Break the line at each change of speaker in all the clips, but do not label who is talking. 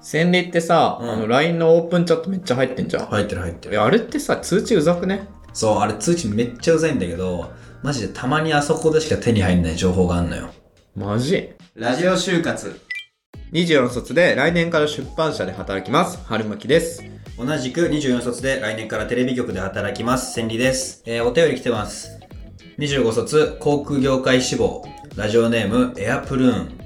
戦利ってさ、
うん
あの LINE のオープンチャットめっちゃ入ってんじゃん。
入ってる入って
い
る。
や、あれってさ、通知うざくね
そう、あれ通知めっちゃうざいんだけど、マジでたまにあそこでしか手に入んない情報があんのよ。
マジ
ラジオ就活。
?24 卒で来年から出版社で働きます。春巻です。
同じく24卒で来年からテレビ局で働きます。千里です。えー、お便り来てます。25卒、航空業界志望。ラジオネーム、エアプルーン。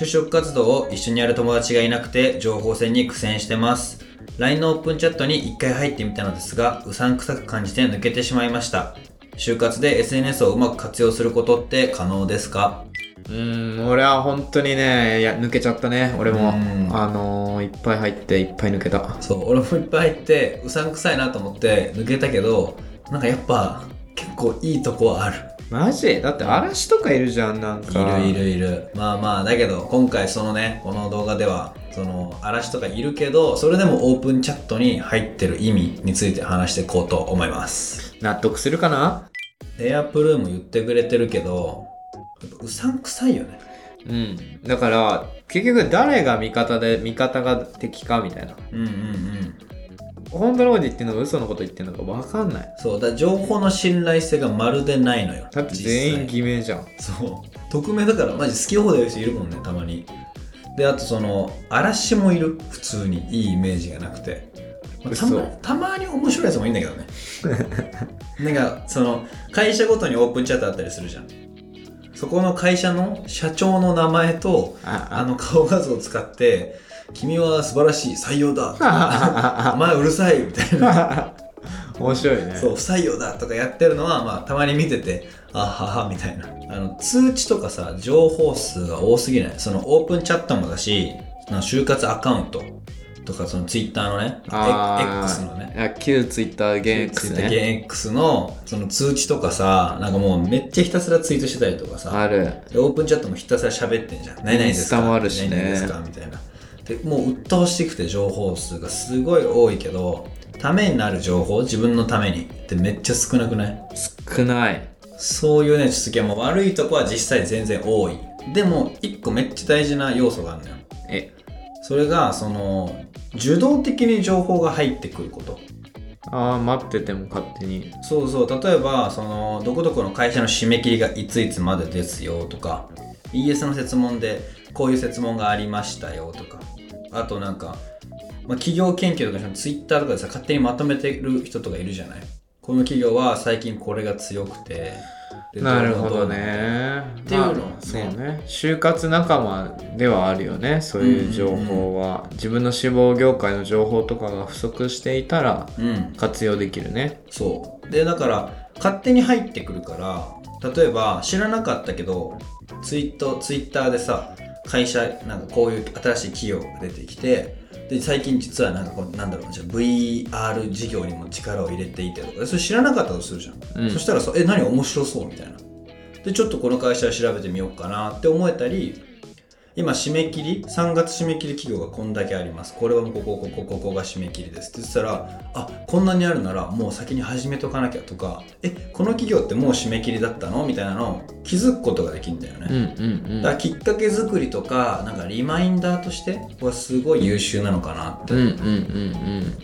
就職活動を一緒にやる友達がいなくて、情報戦に苦戦してます。LINE のオープンチャットに一回入ってみたのですが、うさんくさく感じて抜けてしまいました。就活で SNS をうまく活用することって可能ですか
うーん、俺は本当にね、いや、抜けちゃったね、俺も。
うん
あのー、いっぱい入って、いっぱい抜けた。
そう俺もいっぱい入ってうさんくさいなと思って抜けたけどなんかやっぱ結構いいとこはある
マジだって嵐とかいるじゃん、なんか。
いるい。るいるまあまあだけど今回そのねこの動画ではその嵐とかいるけどそれでもオープンチャットに入ってる意味について話していこうと思います
納得するかな
エアプルーム言ってくれてるけどやっぱうさんくさいよね
うん。だから、結局誰が味方で、味方が敵かみたいな。
うんうんうん
本当のこと言ってんのか嘘のこと言ってんのか分かんない。
そうだ情報の信頼性がまるでないのよ
だって
実
全員
際
偽名じゃん。
そう匿名だからマジ好き放題言う人いるもんねたまにであとその嵐もいる普通にいいイメージがなくて、まあたま
嘘
たまに面白いやつもいいんだけどねなんかその会社ごとにオープンチャットあったりするじゃんそこの会社の社長の名前と
あ
あの顔画像を使って「君は素晴らしい採用だ」 お前うるさい」みたいな
面白いね。
そう不採用だとかやってるのは、まあ、たまに見ててあははみたいなあの通知とかさ情報数が多すぎないそのオープンチャットもだしその就活アカウントとかそのツイッターのね
あ
X のね
ー。あ旧ツイッターゲー X
ツイッター
ね。
現 X のその通知とかさなんかもうめっちゃひたすらツイートしてたりとかさ
ある。
でオープンチャットもひたすら喋ってんじゃん。何々ですか
インスタもあるしね
何々ですかみたいな。で、もう鬱陶しくて情報数がすごい多いけど、ためになる情報、自分のためにってめっちゃ少なくない
少ない。
そういうね、続きはもう悪いとこは実際全然多い。でも、一個めっちゃ大事な要素があるのよ。
え、
それが、その、受動的に情報が入ってくること。
あー待ってても勝手に。
そうそう例えばそのどこどこの会社の締め切りがいついつまでですよとか ES の設問でこういう設問がありましたよとかあとなんか、まあ、企業研究とかツイッターとかでさ勝手にまとめてる人とかいるじゃないこの企業は最近これが強くてで
なるほ
う
ど
のうの
ね。
っていうのをね
まあそうね。就活仲間ではあるよね、そういう情報は。自分の志望業界の情報とかが不足していたら
うん
活用できるね。
そうでだから勝手に入ってくるから例えば知らなかったけどツイートツイッターでさ会社なんかこういう新しい企業が出てきてで最近実はなんかこうなんだろうじゃあ VR 事業にも力を入れていてとかでそれ知らなかったとするじゃん、
うん
そしたらさ「え何面白そう」みたいなでちょっとこの会社調べてみようかなって思えたり今締め切り3月締め切り企業がこんだけありますこれはもうここここここが締め切りですって言ってたらあこんなにあるならもう先に始めとかなきゃとかえこの企業ってもう締め切りだったのみたいなのを気づくことができるんだよね、
うんうん
だからきっかけ作りとかなんかリマインダーとしてはすごい優秀なのかなって
うん。うんうんうんうん。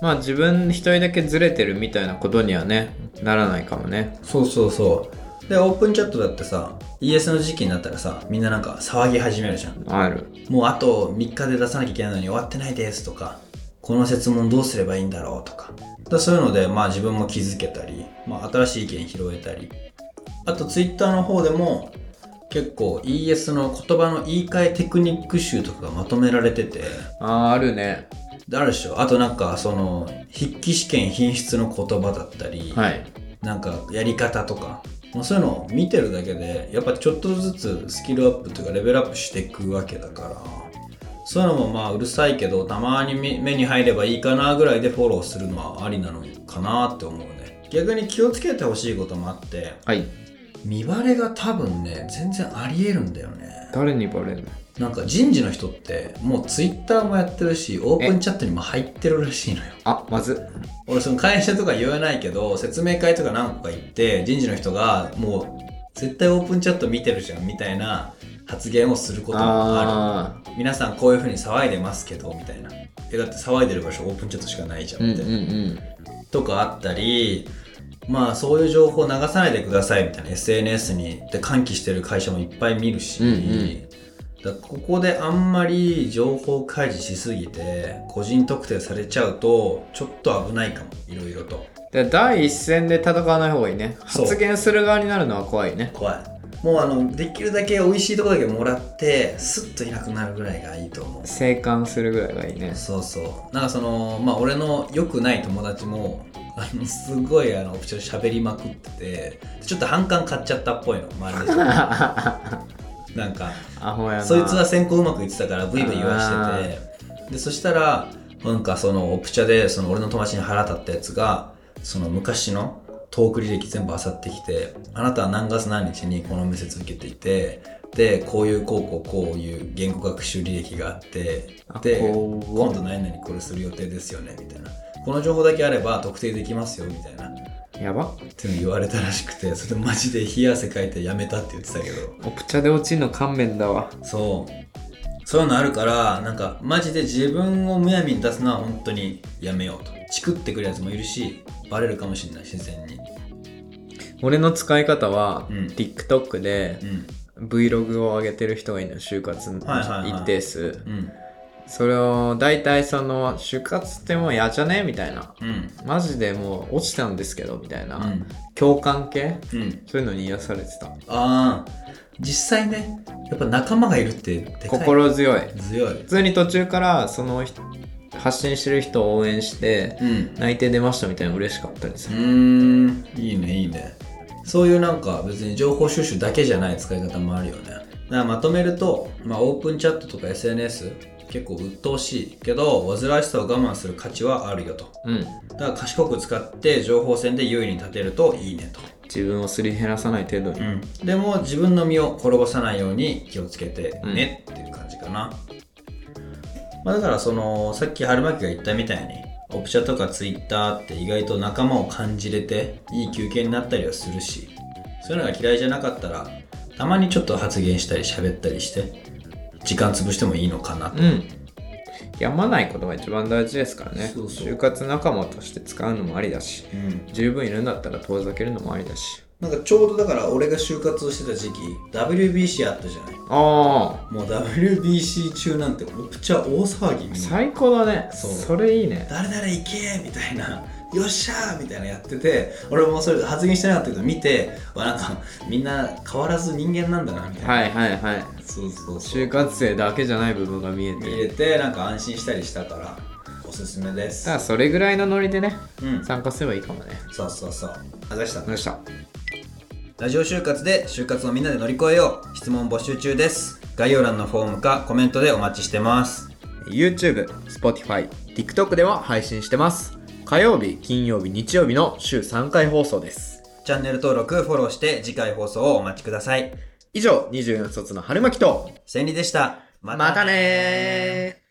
まあ自分一人だけずれてるみたいなことにはね、ならないかもね。
そうそうそうでオープンチャットだってさ ES の時期になったらさみんななんか騒ぎ始めるじゃん
ある。
もうあと3日で出さなきゃいけないのに終わってないですとか、この説問どうすればいいんだろうとか。だからそういうので、まあ自分も気づけたり、まあ新しい意見拾えたり。あとツイッターの方でも、結構 ES の言葉の言い換えテクニック集とかがまとめられてて、
あーあるね。
であるでしょあとなんかその、筆記試験品質の言葉だったり、
はい。
なんかやり方とか、まあそういうのを見てるだけでやっぱちょっとずつスキルアップというかレベルアップしていくわけだからそういうのもまあうるさいけどたまに目目に入ればいいかなぐらいでフォローするのはありなのかなって思うね逆に気をつけてほしいこともあって
はい。
見バレが多分ね全然ありえるんだよね
誰にバレるの
なんか人事の人ってもう Twitter もやってるしオープンチャットにも入ってるらしいのよ
あ、まず。
俺その会社とか言わないけど説明会とか何個か行って人事の人がもう絶対オープンチャット見てるじゃんみたいな発言をすることもあ
あ
る皆さんこういうふうに騒いでますけどみたいなえだって騒いでる場所オープンチャットしかないじゃ
ーうんん
み
う
たい
ん
な、
うん
とかあったりまあそういう情報を流さないでくださいみたいな SNS にで喚起してる会社もいっぱい見るし、
うん
だからここであんまり情報開示しすぎて個人特定されちゃうとちょっと危ないかもいろいろと
で第一線で戦わない方がいいね
そう
発言する側になるのは怖いね
怖いもうあのできるだけ美味しいとこだけもらってスッといなくなるぐらいがいいと思う
生還するぐらいがいいね
そうそうなんかそのまあ俺の良くない友達もあのすごいあのちょっと喋りまくっててちょっと反感買っちゃったっぽいの周りでなんか
アホやな
そいつは先行うまくいってたからブイブイ言わしててでそしたらなんかそのオプチャでその俺の友達に腹立ったやつがその昔のトーク履歴全部漁ってきて「あなたは何月何日にこの店続けていてでこういうこうこうこういう言語学習履歴があって
あ
で
怖っ
今度何々これする予定ですよね」みたいな「この情報だけあれば特定できますよ」みたいなっ
やば
ていうの言われたらしくてそれでマジで冷や汗かいてやめたって言ってたけど。
オプチャで落ちるの勘弁だわ
そうそういうのあるからなんかマジで自分をむやみに出すのは本当にやめようとチクってくるやつもいるしバレるかもしれない自然に
俺の使い方は、
うん
TikTok で
うん
Vlog を上げてる人がいるの就活の
はいはいはい
一定数、
うん
それを大体その就活ってもう嫌じゃねみたいな
うん
マジでもう落ちたんですけどみたいな、
うん
共感系
うん
そういうのに癒されてた
ああ実際ねやっぱ仲間がいるってでかい
心強い
強い
普通に途中からその人発信してる人を応援して
うん
内定出ましたみたいなの嬉しかったり
う
さ、
ーんいいねいいねそういうなんか別に情報収集だけじゃない使い方もあるよねだからまとめると、まあ、オープンチャットとか SNS 結構鬱陶しいけど煩わしさを我慢する価値はあるよと
うん、
だから賢く使って情報戦で優位に立てるといいねと、
自分をすり減らさない程度に、
でも自分の身を転ばさないように気をつけてねっていう感じかな、まあ、だからそのさっき春巻が言ったみたいにオプチャとかツイッターって意外と仲間を感じれていい休憩になったりはするしそういうのが嫌いじゃなかったらたまにちょっと発言したり喋ったりして時間潰してもいいのかなと
うん。やまないことが一番大事ですからね。
そうそう
就活仲間として使うのもありだし、
うん
十分いるんだったら遠ざけるのもありだし。
なんかちょうどだから俺が就活をしてた時期 WBC あったじゃない
ああ、
もう WBC 中なんてオプチャ大騒ぎみんな
最高だね。
そ
そうれいいね。
誰々行けみたいなよっしゃーみたいなやってて俺もそれ発言してなかったけど見てわなんかみんな変わらず人間なんだなみたいな、
はいはいはい。
そうそうそう
就活生だけじゃない部分が見えて
入
る。
れてなんか安心したりしたからおすすめで
だ
す
からそれぐらいのノリでね、
うん
参加すればいいかもね。
そうそうそうあざした
どうした
ラジオ就活で就活をみんなで乗り越えよう質問募集中です概要欄のフォームかコメントでお待ちしてます
YouTube、Spotify、TikTok では配信してます。火曜日、金曜日、日曜日の週3回放送です。
チャンネル登録フォローして次回放送をお待ちください
以上、24卒の春巻きと、
千里でした。
またねー